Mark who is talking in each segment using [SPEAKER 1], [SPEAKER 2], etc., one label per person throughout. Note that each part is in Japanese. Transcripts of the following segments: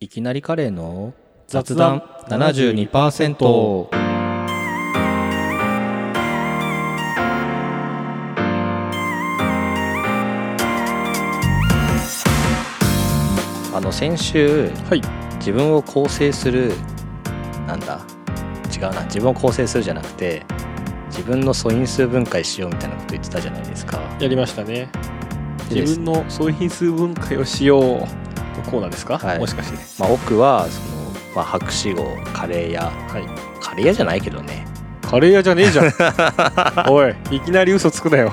[SPEAKER 1] いきなりカレーの雑談72%あの先週
[SPEAKER 2] はい。
[SPEAKER 1] 自分を構成するなんだ違うな自分を構成するじゃなくて自分の素因数分解しようみたいなこと言ってたじゃないですか
[SPEAKER 2] やりましたね。
[SPEAKER 1] で
[SPEAKER 2] 自分の総品数分解をしようのコーナーですか、
[SPEAKER 1] はい
[SPEAKER 2] もしかして。
[SPEAKER 1] まあ、奥はその、まあ、博士号カレー屋
[SPEAKER 2] はい。
[SPEAKER 1] カレー屋じゃないけどね
[SPEAKER 2] カレー屋じゃねえじゃん。 おい、いきなり嘘つくなよ。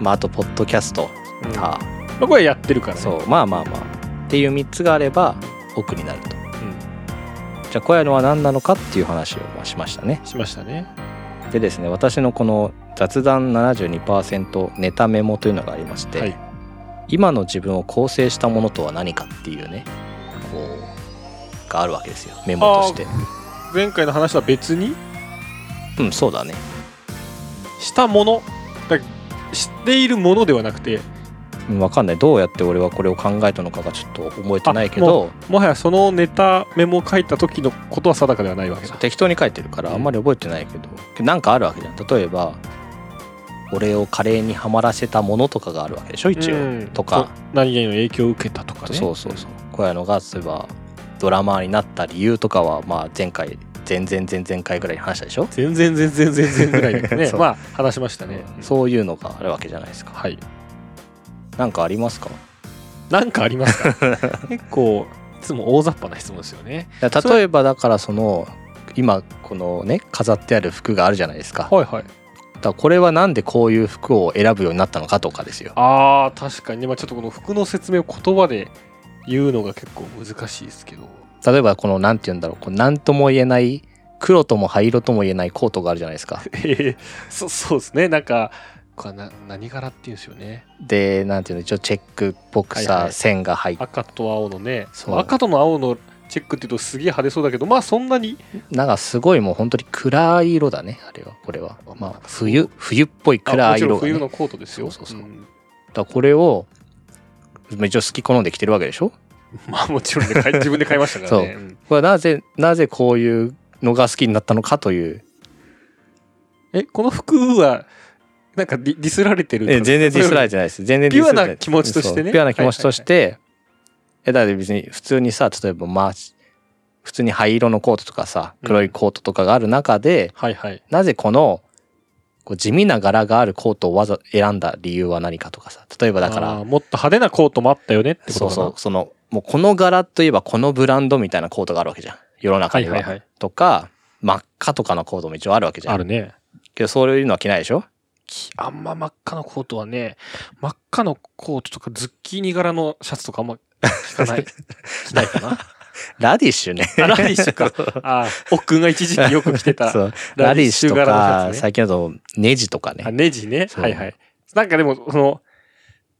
[SPEAKER 1] まああとポッドキャスト
[SPEAKER 2] うん、
[SPEAKER 1] タ
[SPEAKER 2] まあこれやってるからね。
[SPEAKER 1] そうまあまあまあっていう3つがあれば奥になると
[SPEAKER 2] うん。
[SPEAKER 1] じゃあこういうのは何なのかっていう話をまあしましたね
[SPEAKER 2] しましたね。
[SPEAKER 1] でですね私のこの雑談72%ネタメモというのがありまして、
[SPEAKER 2] はい。
[SPEAKER 1] 今の自分を構成したものとは何かっていうねこうがあるわけですよメモとして
[SPEAKER 2] 前回の話は別に
[SPEAKER 1] うんそうだね
[SPEAKER 2] したもの。だ知っているものではなくて、
[SPEAKER 1] うんわかんないどうやって俺はこれを考えたのかがちょっと覚えてないけど
[SPEAKER 2] もはやそのネタメモを書いた時のことは定かではないわけ
[SPEAKER 1] そ
[SPEAKER 2] だ
[SPEAKER 1] う。適当に書いてるからあんまり覚えてないけど、なんかあるわけじゃん例えば俺をカレーにはまらせたものとかがあるわけでしょ一応、
[SPEAKER 2] うん
[SPEAKER 1] とか。
[SPEAKER 2] そう何々の影響を受けたとかね。
[SPEAKER 1] そうそうそうこういうのが例えばドラマーになった理由とかはまあ前回前々前々回ぐらいに話したでしょ、
[SPEAKER 2] 全然全然全然ぐらいです ね。
[SPEAKER 1] そう
[SPEAKER 2] まあ話しましたね。
[SPEAKER 1] そういうのがあるわけじゃないですか
[SPEAKER 2] はい。
[SPEAKER 1] なんかありますか
[SPEAKER 2] なんかありますか 結構いつも大雑把な質問ですよね。
[SPEAKER 1] いや例えばだからその今このね飾ってある服があるじゃないですか
[SPEAKER 2] はいはい。
[SPEAKER 1] だからこれはなんでこういう服を選ぶようになったのかとかですよ
[SPEAKER 2] ああ確かにね、まあ、ちょっとこの服の説明を言葉で言うのが結構難しいですけど。
[SPEAKER 1] 例えばこのなんて言うんだろうこうなんとも言えない黒とも灰色とも言えないコートがあるじゃないです か
[SPEAKER 2] えーそそうですねなんかこれな何柄っていうんですよね。
[SPEAKER 1] でなんていうの一応チェックっぽくさ、
[SPEAKER 2] はいはい
[SPEAKER 1] 線が入って
[SPEAKER 2] 赤と青のね
[SPEAKER 1] そう
[SPEAKER 2] 赤との青のチェックっていうとすげえ派手そうだけどまあそんなに
[SPEAKER 1] なんかすごいもう本当に暗い色だねあれはこれは
[SPEAKER 2] あ
[SPEAKER 1] まあ冬冬っぽい
[SPEAKER 2] あ
[SPEAKER 1] 暗い色
[SPEAKER 2] もち
[SPEAKER 1] が、ね、
[SPEAKER 2] ろ
[SPEAKER 1] だ
[SPEAKER 2] ん冬のコートですよ。
[SPEAKER 1] そうそうそうんからこれを一応好き好んできてるわけでしょ
[SPEAKER 2] まあもちろんね買い自分で買いましたからね。うん
[SPEAKER 1] これはなぜなぜこういうのが好きになったのかという
[SPEAKER 2] えこの服はなんかディディスられてる
[SPEAKER 1] え全然ディスられてない です全然ディスられてい
[SPEAKER 2] ピュアな気持ちとしてね
[SPEAKER 1] そうピュアな気持ちとしてえだって別に普通にさ例えばまあ普通に灰色のコートとかさ黒いコートとかがある中で、
[SPEAKER 2] はいはい。
[SPEAKER 1] なぜこのこう地味な柄があるコートをわざ選んだ理由は何かとかさ例えばだから
[SPEAKER 2] あーもっと派手なコートもあったよねってことか
[SPEAKER 1] そ
[SPEAKER 2] な
[SPEAKER 1] うそう、その、もうこの柄といえばこのブランドみたいなコートがあるわけじゃん。世の中
[SPEAKER 2] はい
[SPEAKER 1] には。
[SPEAKER 2] はいはい
[SPEAKER 1] とか、真っ赤とかのコートも一応あるわけじゃん。
[SPEAKER 2] あるね
[SPEAKER 1] けど、そういうのは着ないでしょ
[SPEAKER 2] きあんま真っ赤なコートはね真っ赤のコートとかズッキーニ柄のシャツとかあんま着かない 着ないかな
[SPEAKER 1] ラディッシュね。
[SPEAKER 2] あラディッシュか あー奥君が一時期よく着 てた
[SPEAKER 1] そうラディッシュと
[SPEAKER 2] ラデ
[SPEAKER 1] か
[SPEAKER 2] ィッシュ柄のシャ、ツね
[SPEAKER 1] 最近だとネジとか
[SPEAKER 2] あ
[SPEAKER 1] ね。
[SPEAKER 2] ネジね
[SPEAKER 1] そう
[SPEAKER 2] はいはいなんかでもその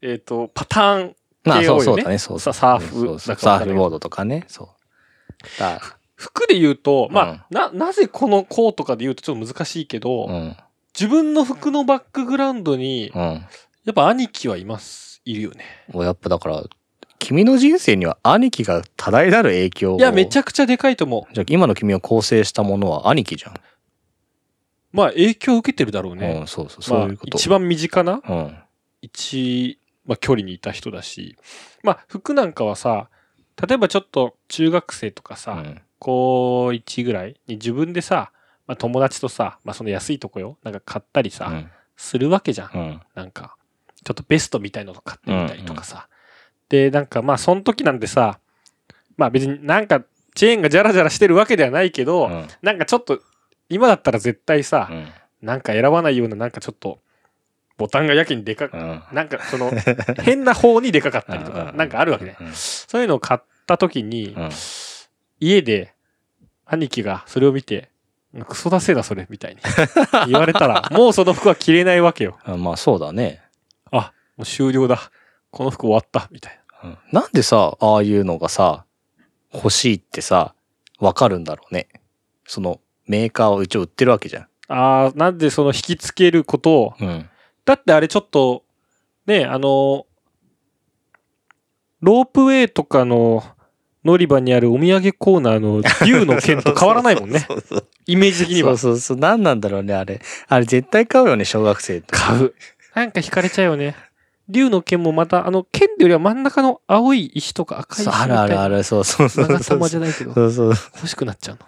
[SPEAKER 2] えっ、とパターン
[SPEAKER 1] まあ、
[SPEAKER 2] 系
[SPEAKER 1] そう
[SPEAKER 2] 多い
[SPEAKER 1] そ
[SPEAKER 2] よ
[SPEAKER 1] う
[SPEAKER 2] ね
[SPEAKER 1] だね。そう
[SPEAKER 2] さ
[SPEAKER 1] そう
[SPEAKER 2] サーフ
[SPEAKER 1] そうそう
[SPEAKER 2] だか
[SPEAKER 1] サ
[SPEAKER 2] ら
[SPEAKER 1] ーフボードとかね。そう。だ
[SPEAKER 2] 服で言うとまあ、ななぜこのコートかで言うとちょっと難しいけど、
[SPEAKER 1] うん。
[SPEAKER 2] 自分の服のバックグラウンドに
[SPEAKER 1] うん。
[SPEAKER 2] やっぱ兄貴はいますいるよね
[SPEAKER 1] もうやっぱだから、君の人生には兄貴が多大なる影響を。
[SPEAKER 2] いやめち
[SPEAKER 1] ゃ。
[SPEAKER 2] ゃくちゃでかいと思う
[SPEAKER 1] じゃあ今の君を構成したものは兄貴じゃん。
[SPEAKER 2] まあ影響を受けてるだろうね。
[SPEAKER 1] うん、そうそう、そういうこ
[SPEAKER 2] まあ、
[SPEAKER 1] と。
[SPEAKER 2] 一番身近な
[SPEAKER 1] うん。
[SPEAKER 2] 一、まあ、距離にいた人だし、まあ服なんかはさ、例えばちょっと中学生とかさ、
[SPEAKER 1] うん
[SPEAKER 2] 高1ぐらいに自分でさ、まあ、友達とさ、まあ、その安いとこよ、なんか買ったりさ、
[SPEAKER 1] うん
[SPEAKER 2] するわけじゃん。
[SPEAKER 1] うん
[SPEAKER 2] なんか、ちょっとベストみたいなの買ってみたりとかさ。で、なんかまあその時なんでさ、まあ別になんかチェーンがジャラジャラしてるわけではないけど、
[SPEAKER 1] うん
[SPEAKER 2] なんかちょっと今だったら絶対さ、
[SPEAKER 1] うん
[SPEAKER 2] なんか選ばないような、なんかちょっと、ボタンがやけにでか
[SPEAKER 1] う
[SPEAKER 2] く、
[SPEAKER 1] ん
[SPEAKER 2] なんか その、変な方にでかかったりと
[SPEAKER 1] うんうん
[SPEAKER 2] か、
[SPEAKER 1] うん
[SPEAKER 2] なんかあるわけね。そういうのを買った時に
[SPEAKER 1] う、ん
[SPEAKER 2] 家で、兄貴がそれを見て、クソだせえな、それ、みたいに 言われたら、もうその服は着れないわけよ。
[SPEAKER 1] あまあそうだね、
[SPEAKER 2] あ、もう終了だ。この服終わった、みたい
[SPEAKER 1] うんなんでさああいうのがさ欲しいってさわかるんだろうねそのメーカーを一応売ってるわけじゃん、
[SPEAKER 2] な。あー、なんでその引きつけることを、
[SPEAKER 1] うん、
[SPEAKER 2] だってあれちょっと、ね、あの、ロープウェイとかの乗り場にあるお土産コーナーの竜の剣と変わらないもんね。
[SPEAKER 1] そうそうそう
[SPEAKER 2] イメージ的に
[SPEAKER 1] そ
[SPEAKER 2] は
[SPEAKER 1] う。そうそう。何なんだろうね、あれ。あれ絶対買うよね、小学生と。
[SPEAKER 2] 買う。なんか惹かれちゃうよね。竜の剣もまた、あの、剣よりは真ん中の青い石とか赤い石
[SPEAKER 1] そ
[SPEAKER 2] み
[SPEAKER 1] う
[SPEAKER 2] た
[SPEAKER 1] あ
[SPEAKER 2] い
[SPEAKER 1] る
[SPEAKER 2] な
[SPEAKER 1] あるある。そうそうそう。
[SPEAKER 2] 長玉じゃないけど、
[SPEAKER 1] そうそう。
[SPEAKER 2] 欲しくなっちゃう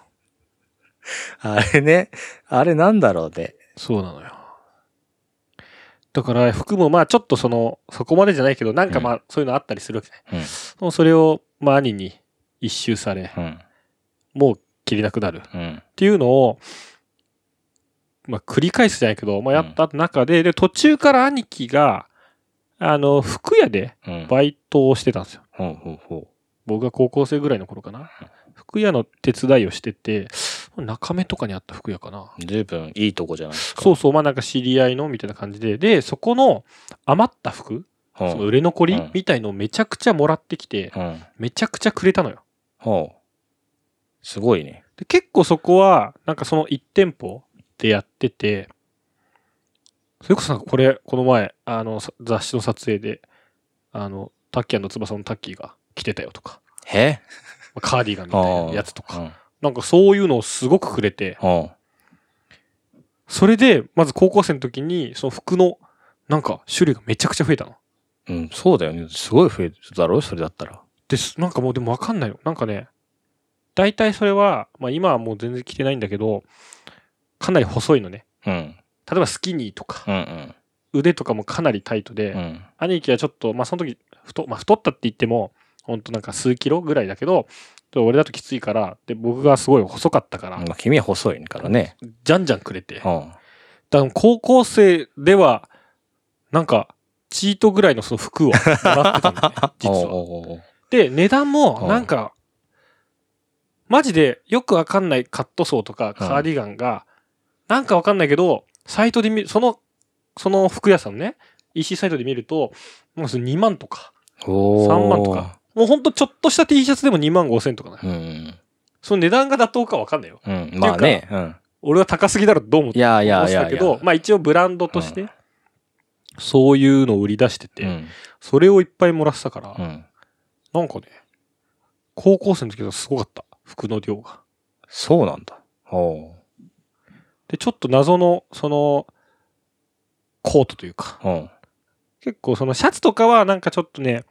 [SPEAKER 2] の。
[SPEAKER 1] あれね。あれなんだろうね。
[SPEAKER 2] そうなのよ。だから、服もまあちょっとその、そこまでじゃないけど、なんかまあそういうのあったりするわけね。もうそれを、まあ兄に一周され、
[SPEAKER 1] うん。うん。
[SPEAKER 2] もう着れなくなる。
[SPEAKER 1] うん。
[SPEAKER 2] っていうのを、まあ、繰り返すじゃないけど、まあ、やった中で、で、途中から兄貴が、あの、服屋で
[SPEAKER 1] うん。
[SPEAKER 2] バイトをしてたんですよ。
[SPEAKER 1] ほうほうほ
[SPEAKER 2] 僕が高校生ぐらいの頃かな。服屋の手伝いをしてて、中目とかにあった服屋かな。
[SPEAKER 1] う。随分いいとこじゃないですか。
[SPEAKER 2] そうそう、まあなんか知り合いのみたいな感じで、で、そこの余った服、
[SPEAKER 1] ほう。
[SPEAKER 2] その売れ残
[SPEAKER 1] う
[SPEAKER 2] り
[SPEAKER 1] ん
[SPEAKER 2] みたいのをめちゃくちゃもらってきて、
[SPEAKER 1] うん。
[SPEAKER 2] めちゃくちゃくれたのよ。
[SPEAKER 1] ほう。すごいね。
[SPEAKER 2] で結構そこはなんかその1店舗でやっててそれこそなんかこれこの前あのさ雑誌の撮影であのタッキーの翼のタッキーが着てたよとか
[SPEAKER 1] へ
[SPEAKER 2] まあカーディガンみたいなやつと
[SPEAKER 1] う
[SPEAKER 2] か
[SPEAKER 1] ん
[SPEAKER 2] なんかそういうのをすごくくれて
[SPEAKER 1] ほ
[SPEAKER 2] それでまず高校生の時にその服のなんか種類がめちゃくちゃ増えたの
[SPEAKER 1] う。うん。そうだよね。すごい増えるだろうそれだったら。
[SPEAKER 2] ですなんかもうでもわかんないよなんかね大体それは、まあ、今はもう全然着てないんだけどかなり細いのね
[SPEAKER 1] うん。
[SPEAKER 2] 例えばスキニーとか
[SPEAKER 1] うんうん。
[SPEAKER 2] 腕とかもかなりタイトで、
[SPEAKER 1] うん。
[SPEAKER 2] 兄貴はちょっと、まあ、その時太,、まあ、太ったって言ってもほんとなんか数キロぐらいだけどちょっと俺だときついからで僕がすごい細かったから、
[SPEAKER 1] まあ、君は細いからね。
[SPEAKER 2] じゃんじゃんくれて、
[SPEAKER 1] うん。
[SPEAKER 2] だから高校生ではなんかチートぐらいのその服をもらってたんだね 実
[SPEAKER 1] おう
[SPEAKER 2] は。
[SPEAKER 1] おうおう
[SPEAKER 2] で値段
[SPEAKER 1] う
[SPEAKER 2] も
[SPEAKER 1] ん
[SPEAKER 2] なんかマジでよくわかんないカットソーとかカーディガンが、なんかわかんないけどサイトで見るそのその服屋さんのね EC サイトで見るともうそれ2万とか
[SPEAKER 1] お
[SPEAKER 2] 3万とか。もうほんとちょっとした T シャツでも2万5千とかな、
[SPEAKER 1] うん。
[SPEAKER 2] その値段が妥当かわかんないよ
[SPEAKER 1] うん。まあね。うん。
[SPEAKER 2] 俺は高すぎだろどう思っ
[SPEAKER 1] い
[SPEAKER 2] て
[SPEAKER 1] やい
[SPEAKER 2] ま
[SPEAKER 1] やい
[SPEAKER 2] し
[SPEAKER 1] やい
[SPEAKER 2] た
[SPEAKER 1] や。
[SPEAKER 2] けどまあ一応ブランドとして、
[SPEAKER 1] うん
[SPEAKER 2] そういうのを売り出してて、
[SPEAKER 1] うん。
[SPEAKER 2] それをいっぱい漏らしたから、
[SPEAKER 1] うん。
[SPEAKER 2] なんかね高校生の時はすごかった服の量が
[SPEAKER 1] そうなんだ。おう
[SPEAKER 2] でちょっと謎のそのコートというか
[SPEAKER 1] うん。
[SPEAKER 2] 結構そのシャツとかはなんかちょっとね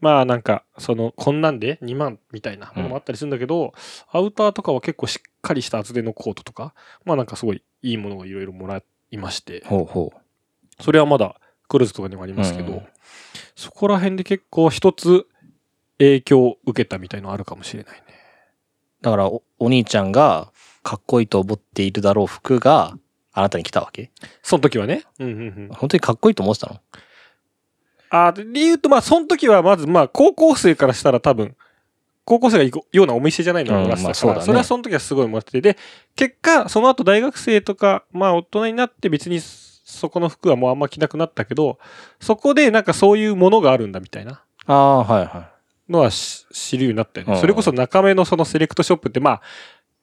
[SPEAKER 2] まあなんかそのこんなんで2万みたいなものもあったりするんだけど、アウターとかは結構しっかりした厚手のコートとかまあなんかすごいいいものをいろいろもらいまして
[SPEAKER 1] ほうほう。
[SPEAKER 2] それはまだクルーズとかにもありますけど、
[SPEAKER 1] うんうん
[SPEAKER 2] そこら辺で結構一つ影響を受けたみたいのあるかもしれないね
[SPEAKER 1] だからお、お兄ちゃんがかっこいいと思っているだろう服があなたに来たわけ
[SPEAKER 2] その時はねうんうんうん
[SPEAKER 1] 本当にかっこいいと思ってたの
[SPEAKER 2] あーで理由と、まあ、その時は、まず、まあ、高校生からしたら多分、高校生が行くようなお店じゃないのを
[SPEAKER 1] うん
[SPEAKER 2] もらってたか
[SPEAKER 1] まあそう
[SPEAKER 2] ら、
[SPEAKER 1] だね
[SPEAKER 2] それはその時はすごいもらってて、で、結果、その後大学生とか、まあ、大人になって別にそこの服はもうあんま着なくなったけど、そこでなんかそういうものがあるんだみたいな
[SPEAKER 1] ああ、はいは
[SPEAKER 2] のはし知るようになったよね。
[SPEAKER 1] うん
[SPEAKER 2] それこそ中目のそのセレクトショップって、まあ、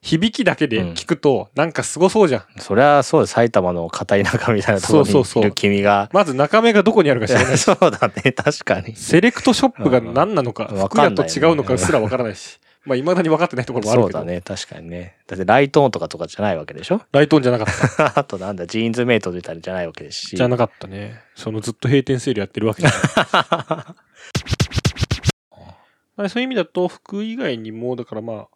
[SPEAKER 2] 響きだけで聞くと、なんかすごそうじゃん。
[SPEAKER 1] い。そりゃそうです。埼玉の片田舎みたいなところに
[SPEAKER 2] そうそうそう
[SPEAKER 1] いる君が。
[SPEAKER 2] まず中目がどこにあるか知らないし
[SPEAKER 1] そうだね。確かに。
[SPEAKER 2] セレクトショップが何なのか、
[SPEAKER 1] うん
[SPEAKER 2] 服屋と違うのかすらわからない し、まあ、未だに分かってないところもある
[SPEAKER 1] そう
[SPEAKER 2] け
[SPEAKER 1] だ
[SPEAKER 2] ど、
[SPEAKER 1] ね。確かにね。だってライトオンとかとかじゃないわけでし ょ
[SPEAKER 2] ライトオンじゃなかった。
[SPEAKER 1] あとなんだ、ジーンズメイト出たりじゃないわけですし。
[SPEAKER 2] じゃなかったね。 そのずっと閉店セールやってるわけじゃないまあ。そういう意味だと、服以外にも、だからま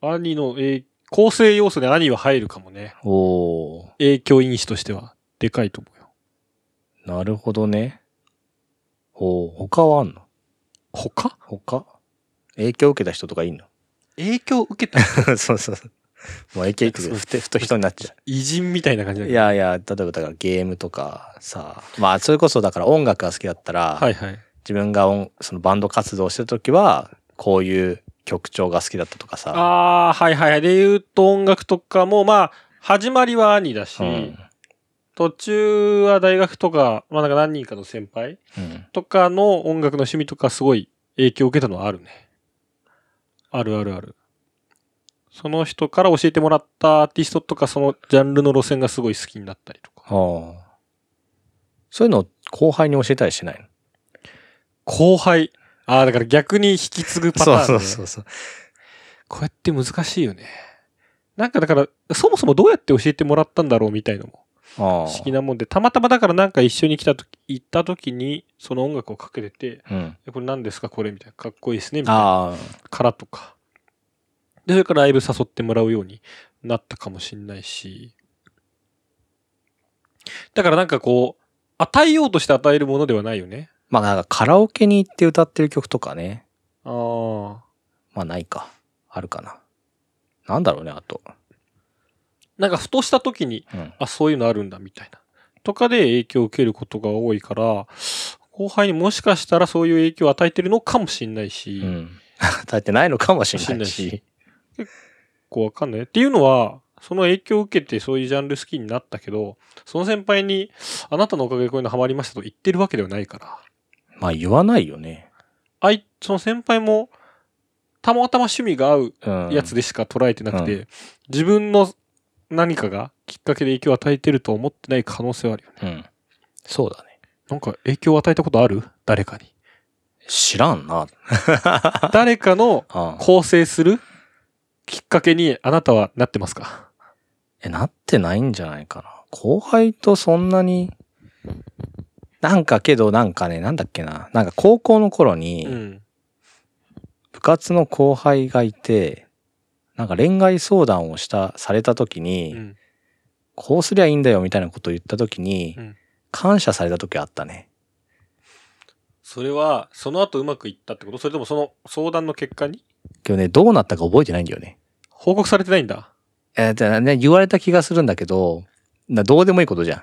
[SPEAKER 2] あ、兄の、えー構成要素で兄は入るかもね。
[SPEAKER 1] おー
[SPEAKER 2] 影響因子としては、でかいと思うよ。
[SPEAKER 1] なるほどね。おお他はあんの
[SPEAKER 2] 他
[SPEAKER 1] 他影響受けた人とかいんの
[SPEAKER 2] 影響受けた
[SPEAKER 1] そうそうそう。もう影響受けてふて、ふと人になっちゃう。
[SPEAKER 2] 偉人みたいな感じだけ
[SPEAKER 1] い
[SPEAKER 2] ど。
[SPEAKER 1] やいや、例えばだからゲームとかさ、まあそれこそだから音楽が好きだったら、
[SPEAKER 2] はいはい。
[SPEAKER 1] 自分が音そのバンド活動してる時は、こういう曲調が好きだったとかさ、
[SPEAKER 2] ああ、はいはいはい。で言うと音楽とかも、まあ、始まりは兄だし、
[SPEAKER 1] うん
[SPEAKER 2] 途中は大学とか、まあなんか何人かの先輩
[SPEAKER 1] うん
[SPEAKER 2] とかの音楽の趣味とかすごい影響を受けたのはあるね。あるあるある。その人から教えてもらったアーティストとかそのジャンルの路線がすごい好きになったりとか。
[SPEAKER 1] はあそういうのを後輩に教えたりしない
[SPEAKER 2] 後輩。ああ、だから逆に引き継ぐパターン、
[SPEAKER 1] そう
[SPEAKER 2] ね。
[SPEAKER 1] そうそうそう。
[SPEAKER 2] こうやって難しいよね。なんかだから、そもそもどうやって教えてもらったんだろうみたいのも
[SPEAKER 1] あ
[SPEAKER 2] 不
[SPEAKER 1] あ
[SPEAKER 2] 思議なもんで、たまたまだからなんか一緒に来たとき、行った時にその音楽をかけてて、
[SPEAKER 1] うん。
[SPEAKER 2] えこれ何ですかこれみたいな。かっこいいですねみたいな。
[SPEAKER 1] あ
[SPEAKER 2] からとか。で、それからライブ誘ってもらうようになったかもしんないし。だからなんかこう、与えようとして与えるものではないよね。
[SPEAKER 1] あ。まあなんかカラオケに行って歌ってる曲とかね。
[SPEAKER 2] ああ。
[SPEAKER 1] まあないか。あるかな。なんだろうね、あと。
[SPEAKER 2] なんかふとした時に、
[SPEAKER 1] うん。
[SPEAKER 2] あ、そういうのあるんだみたいな。とかで影響を受けることが多いから、後輩にもしかしたらそういう影響を与えてるのかもしんないし、
[SPEAKER 1] うん。 だってないのかもしれないし。
[SPEAKER 2] しんないこうわかんない。っていうのは、その影響を受けてそういうジャンル好きになったけど、その先輩に、あなたのおかげでこういうのハマりましたと言ってるわけではないから、
[SPEAKER 1] まあ言わないよね。
[SPEAKER 2] あい、その先輩も、たまたま趣味が合う
[SPEAKER 1] うん。
[SPEAKER 2] やつでしか捉えてなくて、
[SPEAKER 1] う
[SPEAKER 2] 自分の何かがきっかけで影響を与えてると思ってない可能性はあるよね。
[SPEAKER 1] うん。そうだね。
[SPEAKER 2] なんか影響を与えたことある誰か に。
[SPEAKER 1] 知らんな。
[SPEAKER 2] 誰かの
[SPEAKER 1] ああ
[SPEAKER 2] 構成するきっかけにあなたはなってますか
[SPEAKER 1] え、なってないんじゃないかな。後輩とそんなに、なんかけどなんかね、なんだっけな。なんか高校の頃
[SPEAKER 2] う
[SPEAKER 1] に
[SPEAKER 2] ん。
[SPEAKER 1] 部活の後輩がいて、なんか恋愛相談をした、された時に、
[SPEAKER 2] うん。
[SPEAKER 1] こうすりゃいいんだよみたいなことを言った時に、
[SPEAKER 2] うん
[SPEAKER 1] 感謝された時あったね。
[SPEAKER 2] それは、その後うまくいったってことそれともその相談の結果に
[SPEAKER 1] けどね、どうなったか覚えてないんだよね。
[SPEAKER 2] 報告されてないんだ。
[SPEAKER 1] えーじゃあね、言われた気がするんだけど、などうでもいいことじゃ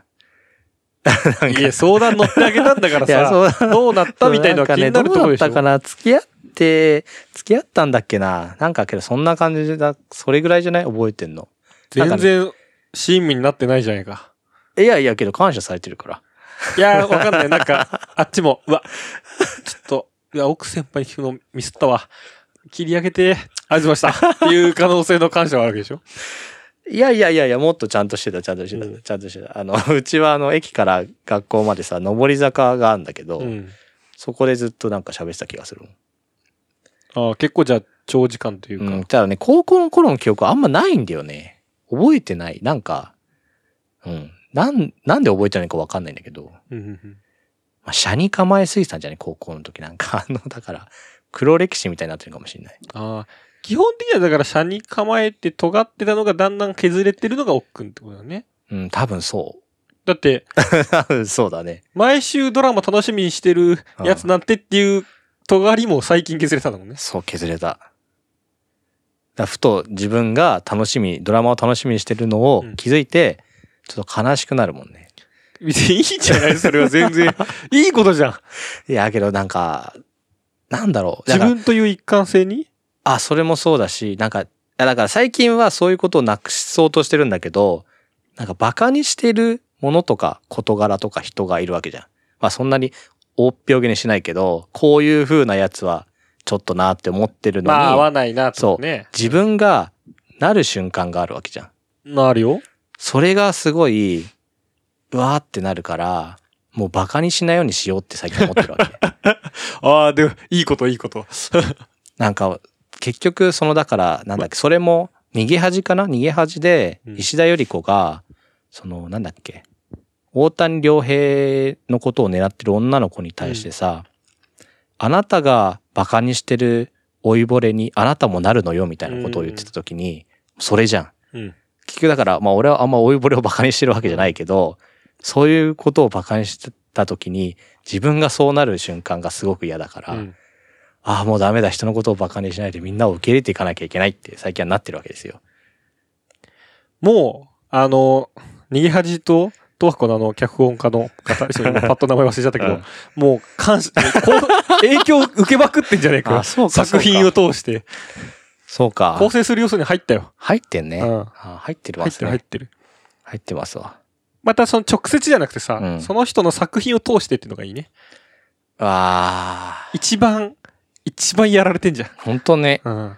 [SPEAKER 1] ん。なん
[SPEAKER 2] い
[SPEAKER 1] か
[SPEAKER 2] や、相談乗ってあげたんだから
[SPEAKER 1] いや、
[SPEAKER 2] さ、
[SPEAKER 1] そう、
[SPEAKER 2] どうなったみたいなのは気になるところでし
[SPEAKER 1] なんかねどうだったか
[SPEAKER 2] ょ。
[SPEAKER 1] な付き合って、付き合ったんだっけななんかけど、そんな感じだ、それぐらいじゃない覚えてんの。なんか
[SPEAKER 2] 全
[SPEAKER 1] ね
[SPEAKER 2] 然、親身になってないじゃないか。
[SPEAKER 1] いやいや、けど感謝されてるから。
[SPEAKER 2] いや、わかんない。なんか、あっちも、うわ、ちょっと、いや、奥先輩に聞くのミスったわ。切り上げて、ありがとうございました。っていう可能性の感謝はあるわけでしょ
[SPEAKER 1] いやいやいやいや、もっとちゃんとしてた、ちゃんとしてた、
[SPEAKER 2] うん
[SPEAKER 1] ちゃんとしてた。あの、 うちはあの、駅から学校までさ、上り坂があるんだけど、
[SPEAKER 2] うん。
[SPEAKER 1] そこでずっとなんか喋ってた気がするもん。
[SPEAKER 2] ああ、結構じゃあ、長時間というか。
[SPEAKER 1] うん、ただね、高校の頃の記憶はあんまないんだよね。覚えてない。なんか、うん。なん、なんで覚えてないのかわかんないんだけど、
[SPEAKER 2] うんうんうん
[SPEAKER 1] まあ、シャニ構え水産じゃない高校の時なんか、あの、だから、黒歴史みたいになってるかもしれない。
[SPEAKER 2] ああ。基本的にはだから、車に構えて尖ってたのがだんだん削れてるのが奥くんってことだよね。
[SPEAKER 1] うん、 多分そ
[SPEAKER 2] だって、
[SPEAKER 1] う。多分そうだね。
[SPEAKER 2] 毎週ドラマ楽しみにしてるやつなんてっていう尖りも最近削れたんだもんね。
[SPEAKER 1] そう、削れた。だからふと自分が楽しみ、ドラマを楽しみにしてるのを気づいて、ちょっと悲しくなるもんね。
[SPEAKER 2] 別にいいじゃないそれは全然。 いいことじゃん。
[SPEAKER 1] いや、けどなんか、なんだろう。
[SPEAKER 2] 自
[SPEAKER 1] だから
[SPEAKER 2] 分という一貫性に
[SPEAKER 1] あ、それもそうだし、なんか、いやだから最近はそういうことをなくそうとしてるんだけど、なんかバカにしてるものとか事柄とか人がいるわけじゃん。まあそんなに大っぴろげにしないけど、こういう風なやつはちょっとなって思ってるのに、
[SPEAKER 2] まあ合わないなとね。
[SPEAKER 1] 自分がなる瞬間があるわけじゃん。
[SPEAKER 2] なるよ。
[SPEAKER 1] それがすごい、うわーってなるから、もうバカにしないようにしようって最近思ってるわけ。
[SPEAKER 2] ああ、でも、いいこといいこと。
[SPEAKER 1] なんか、結局、その、だから、なんだっけ、それも、逃げ恥かな逃げ恥で
[SPEAKER 2] う、ん
[SPEAKER 1] 石田より子が、その、なんだっけ、大谷良平のことを狙ってる女の子に対してさ、あなたが馬鹿にしてる老いぼれに、あなたもなるのよ、みたいなことを言ってた時に、それじゃん。
[SPEAKER 2] うん。
[SPEAKER 1] 結局だから、まあ俺はあんま老いぼれを馬鹿にしてるわけじゃないけど、そういうことを馬鹿にしてた時に、自分がそうなる瞬間がすごく嫌だから、
[SPEAKER 2] うん
[SPEAKER 1] ああ、もうダメだ、人のことをバカにしないでみんなを受け入れていかなきゃいけないって最近はなってるわけですよ。
[SPEAKER 2] もう、あの、逃げ恥と、東博のあの、脚本家の方、ちょっと今パッと名前忘れちゃったけど、
[SPEAKER 1] うん
[SPEAKER 2] もう、感謝、 こう影響受けまくってんじゃねえか。
[SPEAKER 1] そう
[SPEAKER 2] 作品を。通して、
[SPEAKER 1] そうか。
[SPEAKER 2] 構成する要素に入ったよ。
[SPEAKER 1] 入ってんね。
[SPEAKER 2] うん
[SPEAKER 1] ああ入ってるわ、
[SPEAKER 2] 入
[SPEAKER 1] ね。
[SPEAKER 2] ってる入ってる。
[SPEAKER 1] 入ってますわ。
[SPEAKER 2] またその直接じゃなくてさ、
[SPEAKER 1] うん
[SPEAKER 2] その人の作品を通してっていうのがいいね。
[SPEAKER 1] わあ、
[SPEAKER 2] 一番、一番やられてんじゃん。
[SPEAKER 1] ほんとね。
[SPEAKER 2] うん。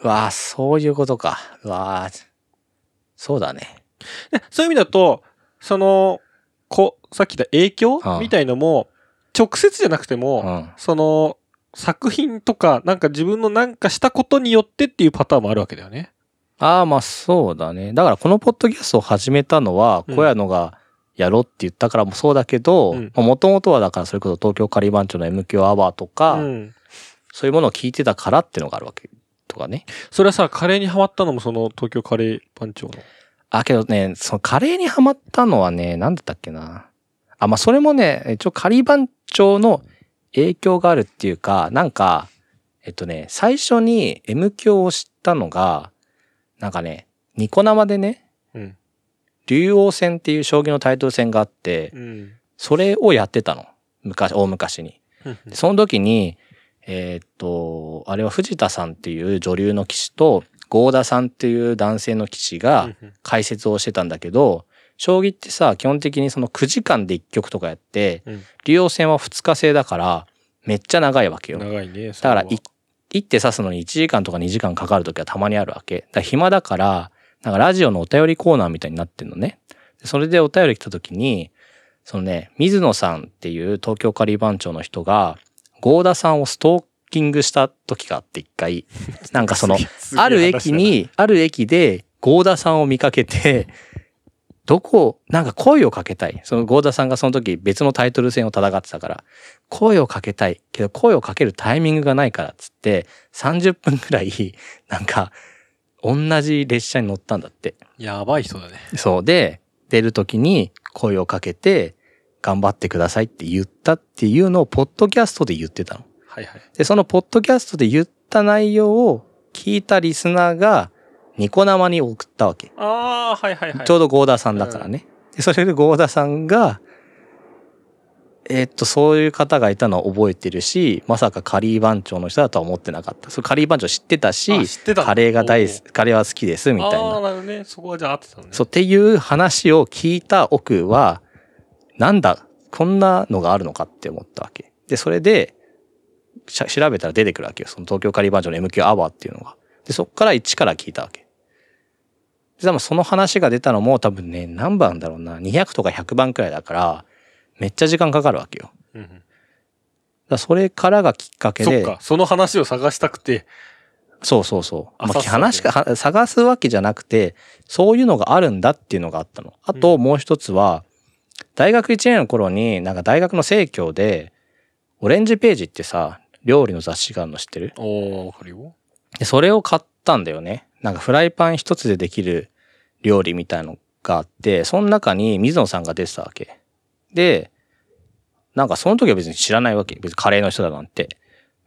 [SPEAKER 1] わあ、そういうことか。わあ、そうだね。
[SPEAKER 2] でそういう意味だと、その、こさっき言った影響
[SPEAKER 1] うん
[SPEAKER 2] みたいのも、直接じゃなくて
[SPEAKER 1] う
[SPEAKER 2] も、
[SPEAKER 1] ん。
[SPEAKER 2] その、作品とか、なんか自分のなんかしたことによってっていうパターンもあるわけだよね。
[SPEAKER 1] ああ、まあそうだね。だからこのポッドキャストを始めたのは、
[SPEAKER 2] うん
[SPEAKER 1] 小屋野がやろうって言ったからもそうだけど、
[SPEAKER 2] うん
[SPEAKER 1] もともとはだからそれこそ東京カリバン町の MQ アワーとか、
[SPEAKER 2] うん。
[SPEAKER 1] そういうものを聞いてたからってのがあるわけとかね。
[SPEAKER 2] それはさ、カレーにハマったのもその東京カレー番長の。
[SPEAKER 1] あ、けどね、そのカレーにハマったのはね、なんだったっけな。あ、まあそれもね、一応カリバン町の影響があるっていうか、なんか、えっとね、最初に MQ を知ったのが、なんかね、ニコ生でね、
[SPEAKER 2] うん。
[SPEAKER 1] 竜王戦っていう将棋のタイトル戦があって、
[SPEAKER 2] うん。
[SPEAKER 1] それをやってたの。昔、大昔に。でその時に、えーっと、あれは藤田さんっていう女流の棋士と、郷田さんっていう男性の棋士が解説をしてたんだけど、将棋ってさ、基本的にその9時間で1局とかやって、
[SPEAKER 2] うん
[SPEAKER 1] 竜王戦は2日制だから、めっちゃ長いわけよ。
[SPEAKER 2] 長いね。だ
[SPEAKER 1] だからい、一手指すのに1時間とか2時間かかるときはたまにあるわけ。だから暇だから、なんかラジオのお便りコーナーみたいになってんのね。でそれでお便り来たときに、そのね、水野さんっていう東京カリー番長の人が、合田さんをストーキングした時があって一回、なんかその、ある駅、に、ある駅で、ゴーダさんを見かけて、 どこ、なんか声をかけたい。そのゴーダさんがその時別のタイトル戦を戦ってたから、声をかけたい。けど声をかけるタイミングがないからっつって、30分くらい、 なんか、同じ列車に乗ったんだって。
[SPEAKER 2] やばい人だね。
[SPEAKER 1] そうで、出る時に声をかけて、頑張ってくださいって言ったっていうのを、ポッドキャストで言ってたの。
[SPEAKER 2] はいはい。
[SPEAKER 1] で、そのポッドキャストで言った内容を聞いたリスナーがニコ生に送ったわけ。
[SPEAKER 2] ああ、はいはいはい。
[SPEAKER 1] ちょうどゴーダさんだからね。でそれでゴーダさんが、えーっと、そういう方がいたのは覚えてるし、まさかカリー番長の人だとは思ってなかった。それカリー番長知ってたし、
[SPEAKER 2] あ知ってたの
[SPEAKER 1] カレーが大
[SPEAKER 2] お
[SPEAKER 1] 好き、カレーは好きです、みたい
[SPEAKER 2] あ
[SPEAKER 1] な。
[SPEAKER 2] あ、なるほどね。そこはじゃあ合ってたのね。
[SPEAKER 1] そう、っていう話を聞いた奥は、なんだ、こんなのがあるのかって思ったわけ。で、それで、しゃ調べたら出てくるわけよ。その東京カリバージョンの MQ アワーっていうのが。で、そっから一から聞いたわけ。で、多分その話が出たのも多分ね、何番だろうな。200とか100番くらいだから、めっちゃ時間かかるわけよ。だか
[SPEAKER 2] うんうん
[SPEAKER 1] らそれからがきっかけ
[SPEAKER 2] そっ
[SPEAKER 1] で、
[SPEAKER 2] か、その話を探したくて、
[SPEAKER 1] そうそうそう。
[SPEAKER 2] あ
[SPEAKER 1] まあ、
[SPEAKER 2] 刺すわけね
[SPEAKER 1] 話か、は探すわけじゃなくて、そういうのがあるんだっていうのがあったの。あと、もう一つは、大学1年の頃に、なんか大学の生協で、オレンジページってさ、料理の雑誌があるの知ってる
[SPEAKER 2] おお、わかるよ。
[SPEAKER 1] で、それを買ったんだよね。なんかフライパン一つでできる料理みたいのがあって、その中に水野さんが出てたわけ。で、なんかその時は別に知らないわけ。別にカレーの人だなんて。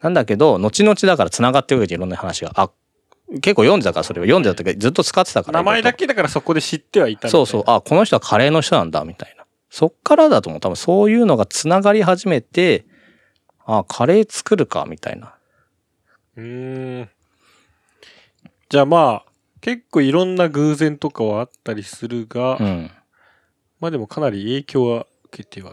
[SPEAKER 1] なんだけど、後々だから繋がってくるじゃんいろんな話が。あ、結構読んでたから、それを読んでた時ずっと使ってたから。
[SPEAKER 2] 名前だけだからそこで知ってはいたみたい
[SPEAKER 1] そ
[SPEAKER 2] な
[SPEAKER 1] うそう。あ、この人はカレーの人なんだ、みたいな。そっからだと思う。多分そういうのが繋がり始めて、あ、カレー作るか、みたいな。
[SPEAKER 2] うーん。じゃあまあ、結構いろんな偶然とかはあったりするが、
[SPEAKER 1] うん。
[SPEAKER 2] まあでもかなり影響は受けては、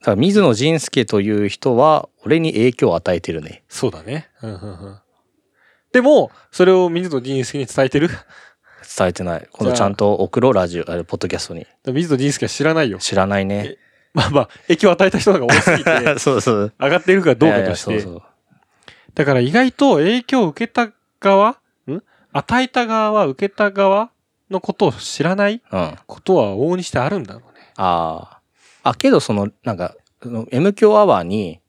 [SPEAKER 1] だから水野仁介という人は俺に影響を与えてるね。
[SPEAKER 2] そうだね。うんうんうん。でも、それを水野仁介に伝えてる
[SPEAKER 1] 伝えてない。今度ちゃんと送ろう、ラジオ、あれ、ポッドキャストに。
[SPEAKER 2] 水野仁介は知らないよ。
[SPEAKER 1] 知らないね。
[SPEAKER 2] まあまあ、影響を与えた人が多すぎて、
[SPEAKER 1] そうそう。
[SPEAKER 2] 上がっているかどうかとして。
[SPEAKER 1] いやいやそうそう
[SPEAKER 2] だから意外と影響を受けた側、ん与えた側は受けた側のことを知らない
[SPEAKER 1] うん。あ
[SPEAKER 2] ことは往々にしてあるんだろうね。
[SPEAKER 1] あ。あ、けどその、なんか、その MQ アワーに、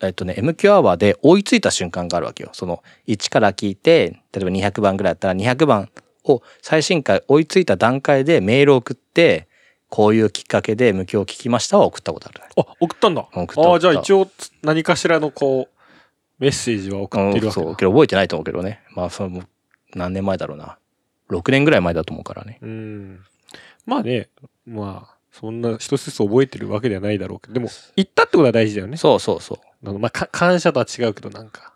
[SPEAKER 1] えっとね、MQ アワーで追いついた瞬間があるわけよ。その、1から聞いて、例えば200番ぐらいだったら200番を最新回追いついた段階でメールを送って、こういうきっかけで MQ を聞きましたは送ったことある。
[SPEAKER 2] あ、送ったんだ。
[SPEAKER 1] 送った
[SPEAKER 2] あ
[SPEAKER 1] 送
[SPEAKER 2] あ、
[SPEAKER 1] った
[SPEAKER 2] じゃあ一応つ何かしらのこう、メッセージは送ってるわけ
[SPEAKER 1] うんそう、
[SPEAKER 2] だ。
[SPEAKER 1] けど覚えてないと思うけどね。まあ、それも何年前だろうな。6年ぐらい前だと思うからね。
[SPEAKER 2] うん。まあね、まあ、そんな一つずつ覚えてるわけではないだろうけど、でも、行ったってことは大事だよね。
[SPEAKER 1] そうそうそう。
[SPEAKER 2] あのまあ、か感謝とは違うけど、なんか。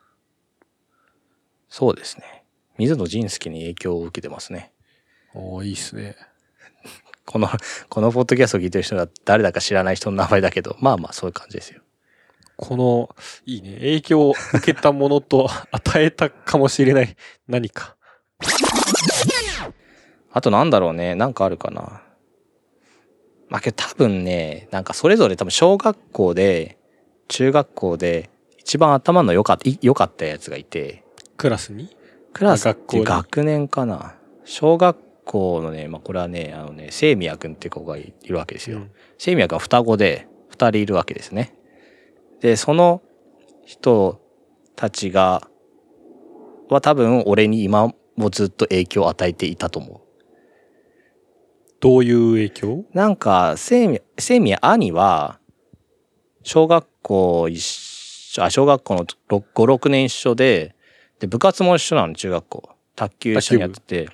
[SPEAKER 1] そうですね。水野仁介に影響を受けてますね。
[SPEAKER 2] おおいいっすね。
[SPEAKER 1] この、 このポッドキャストを聞いてる人は誰だか知らない人の名前だけど、まあまあそういう感じですよ。
[SPEAKER 2] この、いいね。影響を受けたものと 与えたかもしれない何か。
[SPEAKER 1] あとなんだろうね。なんかあるかな。まあけど多分ね、なんかそれぞれ多分小学校で、中学校で、一番頭の良かった、い良かったやつがいて、
[SPEAKER 2] クラスに
[SPEAKER 1] クラスっていう
[SPEAKER 2] 学校
[SPEAKER 1] 学
[SPEAKER 2] に
[SPEAKER 1] 年かな。小学校のね、まあ、これはね、あのね、聖宮くんって子がいるわけですよ。
[SPEAKER 2] うん
[SPEAKER 1] セイミヤ君は双子で2人いるわけですね。で、その人たちが、は多分俺に今もずっと影響を与えていたと思
[SPEAKER 2] どういう影響
[SPEAKER 1] う。なんか、セイミヤ、セイミヤ兄は、小学校一緒、あ、小学校の5、6年一緒で、で、部活も一緒なの、中学校。卓球一緒にやってて。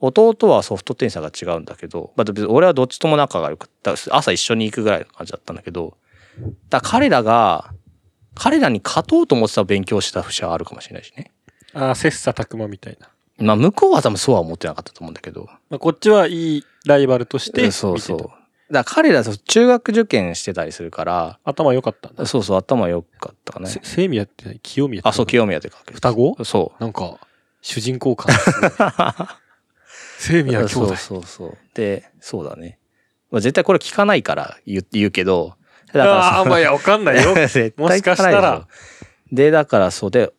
[SPEAKER 1] 弟はソフトテニスが違うんだけど、まあ、別に俺はどっちとも仲が良くて、朝一緒に行くぐらいの感じだったんだけど、だから彼らが、彼らに勝とうと思ってた勉強してた節はあるかもしれないしね。
[SPEAKER 2] ああ、切磋琢磨みたいな。
[SPEAKER 1] まあ、向こうは多分そうは思ってなかったと思うんだけど。
[SPEAKER 2] まあ、こっちはいいライバルとし
[SPEAKER 1] う
[SPEAKER 2] て見
[SPEAKER 1] ん
[SPEAKER 2] て
[SPEAKER 1] そうそう。だ
[SPEAKER 2] た
[SPEAKER 1] から彼ら、そう中学受験してたりするから、
[SPEAKER 2] 頭良かったんだ。
[SPEAKER 1] そうそう、頭良かったかね。
[SPEAKER 2] せ清宮って何清宮って
[SPEAKER 1] あ、そう、清宮で書け
[SPEAKER 2] 双子
[SPEAKER 1] そう。
[SPEAKER 2] なんか、主人公感ですね。清宮兄
[SPEAKER 1] そ
[SPEAKER 2] 弟
[SPEAKER 1] う。そうそう。で、そうだね。まあ、絶対これ聞かないから言う言うけど。だから
[SPEAKER 2] ああ、まあいや、わかんないよ。
[SPEAKER 1] 絶対
[SPEAKER 2] もしかしたら
[SPEAKER 1] 聞ないでしょ。で、だからそうで、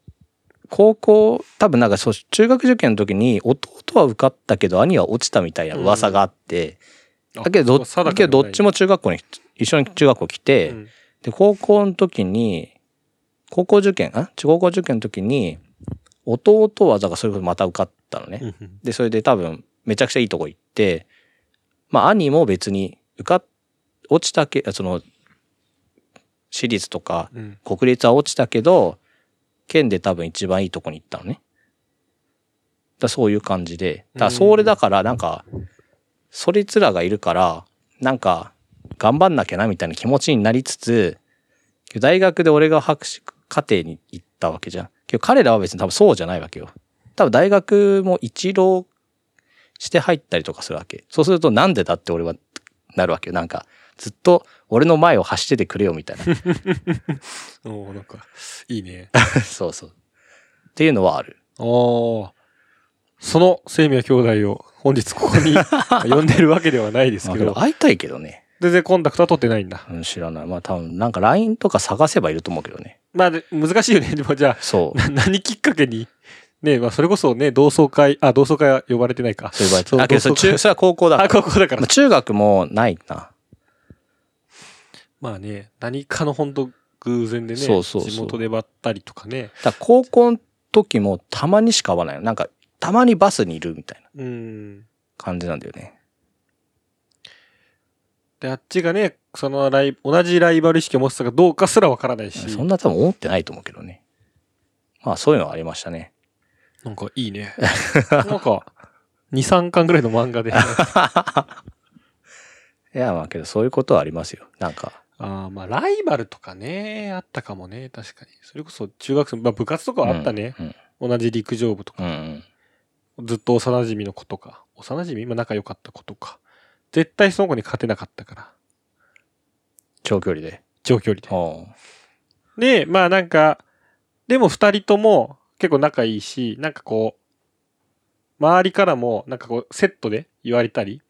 [SPEAKER 1] 高校、多分なんかそう、中学受験の時に弟は受かったけど兄は落ちたみたいな噂があって、だけどどっ、だけどどっち
[SPEAKER 2] も、
[SPEAKER 1] も中学校に、一緒に中学校来
[SPEAKER 2] う
[SPEAKER 1] て、
[SPEAKER 2] ん
[SPEAKER 1] で、高校の時に、高校受験、あ高校受験の時に、弟はだからそれこそまた受かったのね。
[SPEAKER 2] うんうん
[SPEAKER 1] で、それで多分、めちゃくちゃいいとこ行って、まあ、兄も別に、受かっ、落ちたけ、あその、私立とか、
[SPEAKER 2] うん
[SPEAKER 1] 国立は落ちたけど、県で多分一番いいとこに行ったのね。だそういう感じで。だからそれだから、なんか、そいつらがいるから、なんか、頑張んなきゃなみたいな気持ちになりつつ、大学で俺が博士課程に行ったわけじゃん。けど彼らは別に多分そうじゃないわけよ。多分大学も一浪して入ったりとかするわけ。そうするとなんでだって俺はなるわけよ。なんか、ずっと俺の前を走っててくれよみたいな。
[SPEAKER 2] おーなんか、いいね。
[SPEAKER 1] そうそう。っていうのはある。
[SPEAKER 2] おーその清宮兄弟を本日ここに呼んでるわけではないです
[SPEAKER 1] まあ
[SPEAKER 2] け
[SPEAKER 1] けど
[SPEAKER 2] ど、
[SPEAKER 1] 会いたいけどね。
[SPEAKER 2] 全然コンタクトは取ってないんだ。
[SPEAKER 1] うん、知らない。まあ多分、なんか LINE とか探せばいると思うけどね。
[SPEAKER 2] まあ、で難しいよね。でもじゃ
[SPEAKER 1] そ
[SPEAKER 2] あ、
[SPEAKER 1] う。
[SPEAKER 2] な何きっかけに、ね、まあ、それこそね、同窓会、あ、同窓会は呼ばれてないか。
[SPEAKER 1] そういう場合。
[SPEAKER 2] そう
[SPEAKER 1] あ、けどそれ
[SPEAKER 2] 同窓会
[SPEAKER 1] 中、それは高校だか
[SPEAKER 2] あ、
[SPEAKER 1] ら。
[SPEAKER 2] 高校だか
[SPEAKER 1] ま
[SPEAKER 2] ら
[SPEAKER 1] あ、。中学もないな。
[SPEAKER 2] まあね、何かの本当偶然でね、
[SPEAKER 1] そうそうそう
[SPEAKER 2] 地元でばったりとかね。
[SPEAKER 1] だから高校の時もたまにしか会わないの。なんか、たまにバスにいるみたいな
[SPEAKER 2] うん。
[SPEAKER 1] 感じなんだよね。
[SPEAKER 2] で、あっちがね、そのライ、同じライバル意識を持ってたかどうかすらわからないし、
[SPEAKER 1] そんな多分思ってないと思うけどね。まあそういうのはありましたね。
[SPEAKER 2] なんかいいね。 なんか、2、3巻ぐらいの 漫画で。あ
[SPEAKER 1] いや、まあけどそういうことはありますよ。なんか、
[SPEAKER 2] あ、まあ、ライバルとかね、あったかもね、確かに。それこそ中学生、まあ、部活とかはあったね。
[SPEAKER 1] うん。
[SPEAKER 2] 同じ陸上部と
[SPEAKER 1] う
[SPEAKER 2] か、
[SPEAKER 1] ん。うん
[SPEAKER 2] ずっと幼馴染の子とか、幼馴染今仲良かった子とか、絶対その子に勝てなかったから、
[SPEAKER 1] 長距離で。
[SPEAKER 2] 長距離で。
[SPEAKER 1] おう
[SPEAKER 2] で、まあなんか、でも二人とも結構仲いいし、なんかこう、周りからもなんかこう、セットで言われたり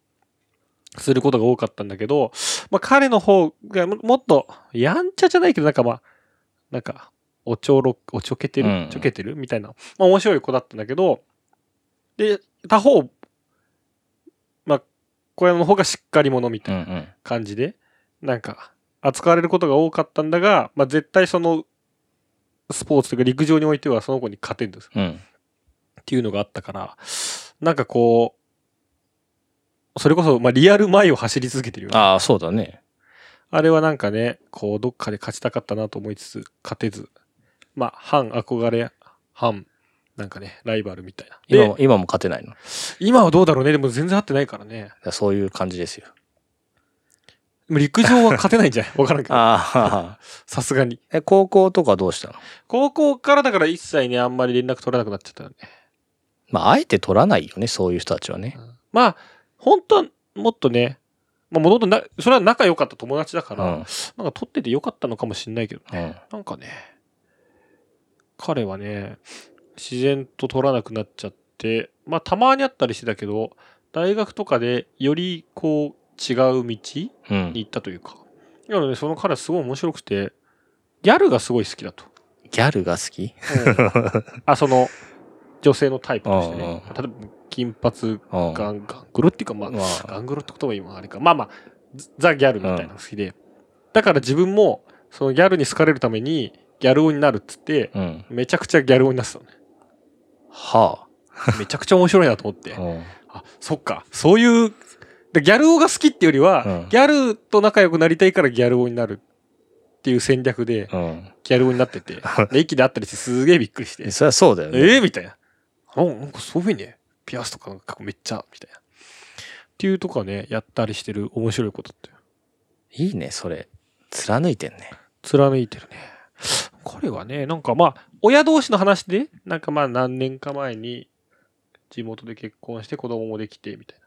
[SPEAKER 2] することが多かったんだけど、まあ彼の方がももっと、やんちゃじゃないけど、なんかまあ、なんか、おちょろ、おちょけて
[SPEAKER 1] うん
[SPEAKER 2] る、ちょけてるみたいな、まあ面白い子だったんだけど、で、他方、まあ、小屋の方がしっかり者みたいな
[SPEAKER 1] うんうん。
[SPEAKER 2] 感じでなんか扱われることが多かったんだが、まあ、絶対そのスポーツというか陸上においてはその子に勝てるんです
[SPEAKER 1] うん。
[SPEAKER 2] っていうのがあったからなんかこうそれこそまあリアル前を走り続けてるよね
[SPEAKER 1] ああ、そうだね。
[SPEAKER 2] あれはなんかねこうどっかで勝ちたかったなと思いつつ勝てずまあ反憧れ反なんかねライバルみたいな
[SPEAKER 1] 今も
[SPEAKER 2] で、
[SPEAKER 1] 今も勝てないの。だか
[SPEAKER 2] 今はどうだろうねでも全然会ってないからね
[SPEAKER 1] らそういう感じですよ。
[SPEAKER 2] でも陸上は勝てないんじゃないわからんけど
[SPEAKER 1] ああ。
[SPEAKER 2] さすがに
[SPEAKER 1] え、高校とかどうしたの
[SPEAKER 2] 高校からだから一切ね、あんまり連絡取らなくなっちゃったよね。
[SPEAKER 1] まあ、あえて取らないよね、そういう人たちはね。
[SPEAKER 2] まあ、本当はもっとね、まあ、もともとな、それは仲良かった友達だか
[SPEAKER 1] う
[SPEAKER 2] ら、
[SPEAKER 1] ん。
[SPEAKER 2] なんか取ってて良かったのかもしれないけど、
[SPEAKER 1] うん。
[SPEAKER 2] なんかね、彼はね、自然と取らなくなっちゃって、まあ、たまにあったりしてたけど、大学とかでよりこう、違う道
[SPEAKER 1] うん。
[SPEAKER 2] に行ったというか。なので、その彼はすごい面白くて、ギャルがすごい好きだと。
[SPEAKER 1] ギャルが好き
[SPEAKER 2] あ、その、女性のタイプとして
[SPEAKER 1] うんうん
[SPEAKER 2] ね。例えば、金髪、
[SPEAKER 1] うん。
[SPEAKER 2] ガン、ガングロっていうか、まあ、
[SPEAKER 1] まあ
[SPEAKER 2] ガングロって言葉今あれか。まあまあ、ザ・ギャルみたいなのが好きで。だから自分も、そのギャルに好かれるために、ギャル男になるっつって、
[SPEAKER 1] うん。
[SPEAKER 2] めちゃくちゃギャル男になってたの ね。
[SPEAKER 1] は
[SPEAKER 2] めちゃくちゃ面白いなと思って
[SPEAKER 1] あ。。うん。
[SPEAKER 2] あ、そっか。そういう、でギャル男が好きっていうよりは、
[SPEAKER 1] うん
[SPEAKER 2] ギャルと仲良くなりたいからギャル男になるっていう戦略で、
[SPEAKER 1] うん。
[SPEAKER 2] ギャル男になっ てて、で、駅で会ったりしてすげえびっくりして
[SPEAKER 1] え、そりゃそうだよね。
[SPEAKER 2] ええみたいな。あなんかそういうふうにね、ピアスとかなんかめっちゃ、みたいな。っていうとかね、やったりしてる面白いことって。
[SPEAKER 1] いいね、それ。貫いてんね。
[SPEAKER 2] 貫いてるね。彼はね、なんかまあ、親同士の話で、なんかまあ何年か前に地元で結婚して子供もできて、みたいな。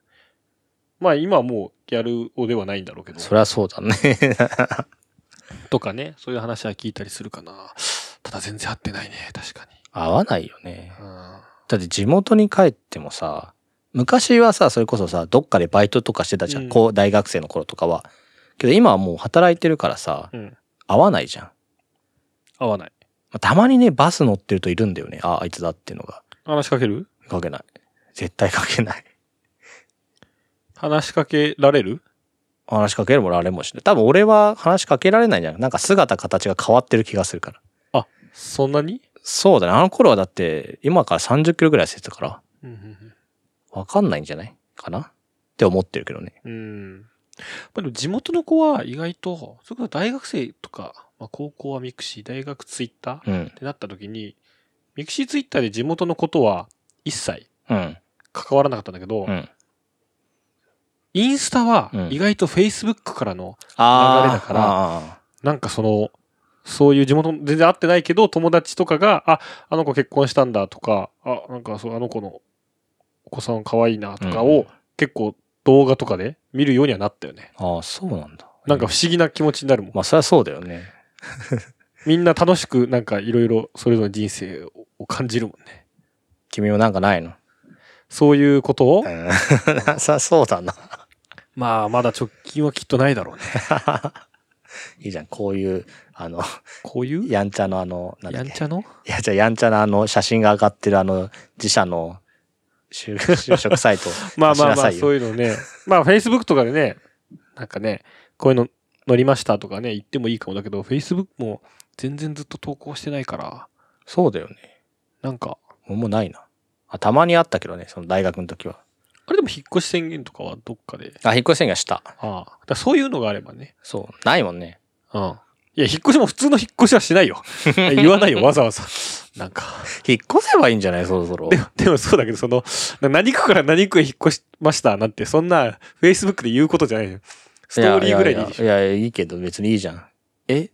[SPEAKER 2] まあ今はもうギャル男ではないんだろうけど。
[SPEAKER 1] そりゃそうだね。
[SPEAKER 2] とかね、そういう話は聞いたりするかな。ただ全然合ってないね、確かに。
[SPEAKER 1] 合わないよね。
[SPEAKER 2] うん。
[SPEAKER 1] だって地元に帰ってもさ、昔はさ、それこそさ、どっかでバイトとかしてたじゃん。
[SPEAKER 2] うん
[SPEAKER 1] こう、大学生の頃とかは。けど今はもう働いてるからさ、
[SPEAKER 2] うん。
[SPEAKER 1] 合わないじゃん。ま
[SPEAKER 2] 合わない。
[SPEAKER 1] あたまにね、バス乗ってるといるんだよね。あ、あいつだっていうのが。
[SPEAKER 2] 話しかける
[SPEAKER 1] かけない。絶対かけない。
[SPEAKER 2] 話しかけられる
[SPEAKER 1] 話しかけるもられもしない。多分俺は話しかけられないんじゃん。なんか姿形が変わってる気がするから。
[SPEAKER 2] そんなに
[SPEAKER 1] そうだね。あの頃はだって、今から30キロぐらい痩せてたから、
[SPEAKER 2] うんうん
[SPEAKER 1] わかんないんじゃないかなって思ってるけどね。
[SPEAKER 2] うん。まあでも地元の子は意外と、それこそ大学生とか、まあ、高校はミクシー、大学ツイッターっ
[SPEAKER 1] うん。
[SPEAKER 2] てなった時に、ミクシーツイッターで地元のことは一切
[SPEAKER 1] うん。
[SPEAKER 2] 関わらなかったんだけど、
[SPEAKER 1] うん。
[SPEAKER 2] インスタは
[SPEAKER 1] うん
[SPEAKER 2] 意外と Facebook からの、
[SPEAKER 1] あー
[SPEAKER 2] 流れだから
[SPEAKER 1] あ
[SPEAKER 2] なんかその、そういう地元の全然会ってないけど、友達とかが、あ、あの子結婚したんだとか、あ、なんかそう、あの子のお子さん可愛いなとか
[SPEAKER 1] うん
[SPEAKER 2] を結構動画とかで見るようにはなったよね。
[SPEAKER 1] ーあー、そうなんだ。
[SPEAKER 2] なんか不思議な気持ちになるもん。
[SPEAKER 1] まあ、そりゃそうだよね。
[SPEAKER 2] みんな楽しくなんかいろいろそれぞれの人生を感じるもんね。
[SPEAKER 1] 君もなんかないの
[SPEAKER 2] そういうことを、
[SPEAKER 1] うん。 なさそうだな。
[SPEAKER 2] まあまだ直近はきっとないだろうね。
[SPEAKER 1] いいじゃん。こういう、あの、
[SPEAKER 2] こういうや
[SPEAKER 1] やんちゃのあの、なんだっ
[SPEAKER 2] ん
[SPEAKER 1] け。
[SPEAKER 2] ちゃの
[SPEAKER 1] いや、じゃあやんちゃなあの、写真が上がってるあの、自社の就 就職サイト。
[SPEAKER 2] まあ
[SPEAKER 1] し
[SPEAKER 2] まあ
[SPEAKER 1] な
[SPEAKER 2] ま
[SPEAKER 1] さ
[SPEAKER 2] あ
[SPEAKER 1] いよ
[SPEAKER 2] そういうのね。まあ Facebook とかでね、なんかね、こういうの乗りましたとかね、言ってもいいかもだけど、Facebook も全然ずっと投稿してないから、
[SPEAKER 1] そうだよね。
[SPEAKER 2] なんか、
[SPEAKER 1] もうもうないな。あ、たまにあったけどね、その大学の時は。
[SPEAKER 2] あれでも引っ越し宣言とかはどっかで、
[SPEAKER 1] あ、引っ越し宣言した。
[SPEAKER 2] ああ、だからそういうのがあればね。
[SPEAKER 1] そう。ないもんね。
[SPEAKER 2] うん。いや、引っ越しも普通の引っ越しはしないよ。 言わないよ、わざわざ。なんか。
[SPEAKER 1] 引っ越せばいいんじゃないそろそろ。
[SPEAKER 2] でも、でもそうだけど、その、な何区から何区へ引っ越しましたなんて、そんな、Facebook で言うことじゃないよ。ストーリーぐらいでいいでしょ。
[SPEAKER 1] いやいやいや、いやいいけど別にいいじゃん。え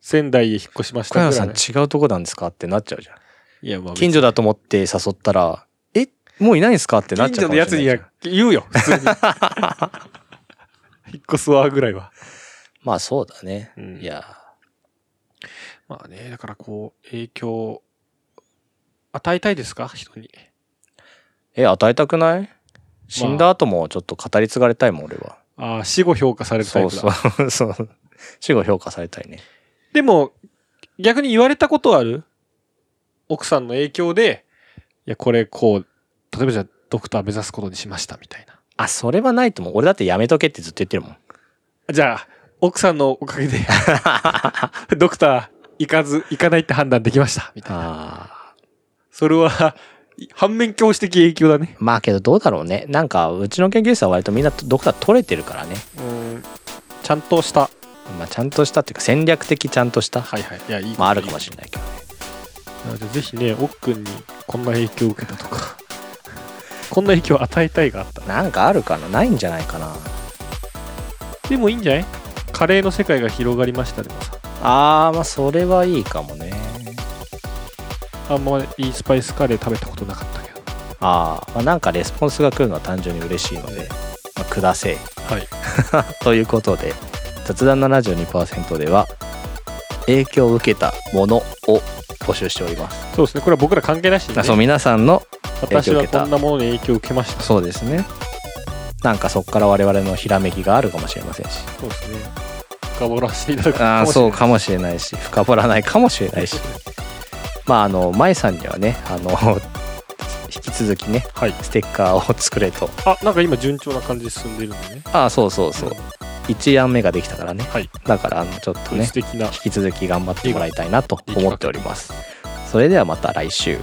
[SPEAKER 2] 仙台へ引っ越しまし
[SPEAKER 1] 小
[SPEAKER 2] た
[SPEAKER 1] 山
[SPEAKER 2] ぐら
[SPEAKER 1] さ
[SPEAKER 2] い
[SPEAKER 1] ん
[SPEAKER 2] の。
[SPEAKER 1] 違うとこなんですかってなっちゃうじゃん。
[SPEAKER 2] いや、まあ、
[SPEAKER 1] 近所だと思って誘ったら、えもういないんですかってなっ
[SPEAKER 2] 近
[SPEAKER 1] ちゃ
[SPEAKER 2] 所
[SPEAKER 1] う
[SPEAKER 2] の
[SPEAKER 1] かも
[SPEAKER 2] や
[SPEAKER 1] し
[SPEAKER 2] つ
[SPEAKER 1] れないじゃん。
[SPEAKER 2] には言うよ、普通に。 引っ越すわ、ぐらいは。
[SPEAKER 1] まあそうだね。
[SPEAKER 2] うん
[SPEAKER 1] いや、
[SPEAKER 2] まあね、だからこう、影響、与えたいですか人に。
[SPEAKER 1] え、与えたくない死んだ後もちょっと語り継がれたいもん、俺は。
[SPEAKER 2] ああ、死後評価されるタイ
[SPEAKER 1] そ
[SPEAKER 2] プ
[SPEAKER 1] う
[SPEAKER 2] だ。
[SPEAKER 1] そう。そう。死後評価されたいね。
[SPEAKER 2] でも、逆に言われたことある奥さんの影響で、いや、これこう、例えばじゃあ、ドクター目指すことにしました、みたいな。
[SPEAKER 1] あ、それはないと思う。俺だってやめとけってずっと言ってるも ん。
[SPEAKER 2] じゃあ、奥さんのおかげで、 ドクター行かず、行かないって判断できました、みたいな。
[SPEAKER 1] ああ。
[SPEAKER 2] それは、反面教師的影響だね。
[SPEAKER 1] まあけどどうだろうね。なんか、うちの研究室は割とみんなドクター取れてるからね。
[SPEAKER 2] うん。ちゃんとした。
[SPEAKER 1] まあちゃんとしたっていうか戦略的ちゃんとした。
[SPEAKER 2] はいはい。いや、いい。
[SPEAKER 1] まああるかも
[SPEAKER 2] れ
[SPEAKER 1] しれないけどね。
[SPEAKER 2] ない。なので、ぜひね、奥くんにこんな影響を受けたとか、 こんな影響を与えたいがあったら。
[SPEAKER 1] なんかあるかなないんじゃないかな。
[SPEAKER 2] でもいいんじゃないカレーの世界が広がりましたでもさ。
[SPEAKER 1] あー、まあそれはいいかもね。
[SPEAKER 2] あんまりスパイスカレー食べたことなかったけど。
[SPEAKER 1] あー、まあなんかレスポンスが来るのは単純に嬉しいので、まあ、くだせい。
[SPEAKER 2] はい。
[SPEAKER 1] ということで雑談72%では影響を受けたものを募集しております、
[SPEAKER 2] そうですね。これは僕ら関係なしに、
[SPEAKER 1] あそう
[SPEAKER 2] ね、
[SPEAKER 1] 皆さんの影響
[SPEAKER 2] 私
[SPEAKER 1] を
[SPEAKER 2] は
[SPEAKER 1] 受けた
[SPEAKER 2] こんなものに影響を受けました。
[SPEAKER 1] そうですねなんかそこから我々のひらめきがあるかもしれませんし
[SPEAKER 2] そうですね。深掘らせていただく
[SPEAKER 1] あ
[SPEAKER 2] か
[SPEAKER 1] あ
[SPEAKER 2] もしれ
[SPEAKER 1] そう
[SPEAKER 2] ない
[SPEAKER 1] かもしれないし深掘らないかもしれないしまああの舞さんにはねあの 引き続きね
[SPEAKER 2] はい
[SPEAKER 1] ステッカーを作れと
[SPEAKER 2] あなんか今順調な感じで進んでるんでね
[SPEAKER 1] ああそうそうそう1案目ができたからね
[SPEAKER 2] はい
[SPEAKER 1] だからあのちょっと
[SPEAKER 2] 統
[SPEAKER 1] ね
[SPEAKER 2] 一的な
[SPEAKER 1] 引き続き頑張ってもらいたいなと思っておりますそれではまた来週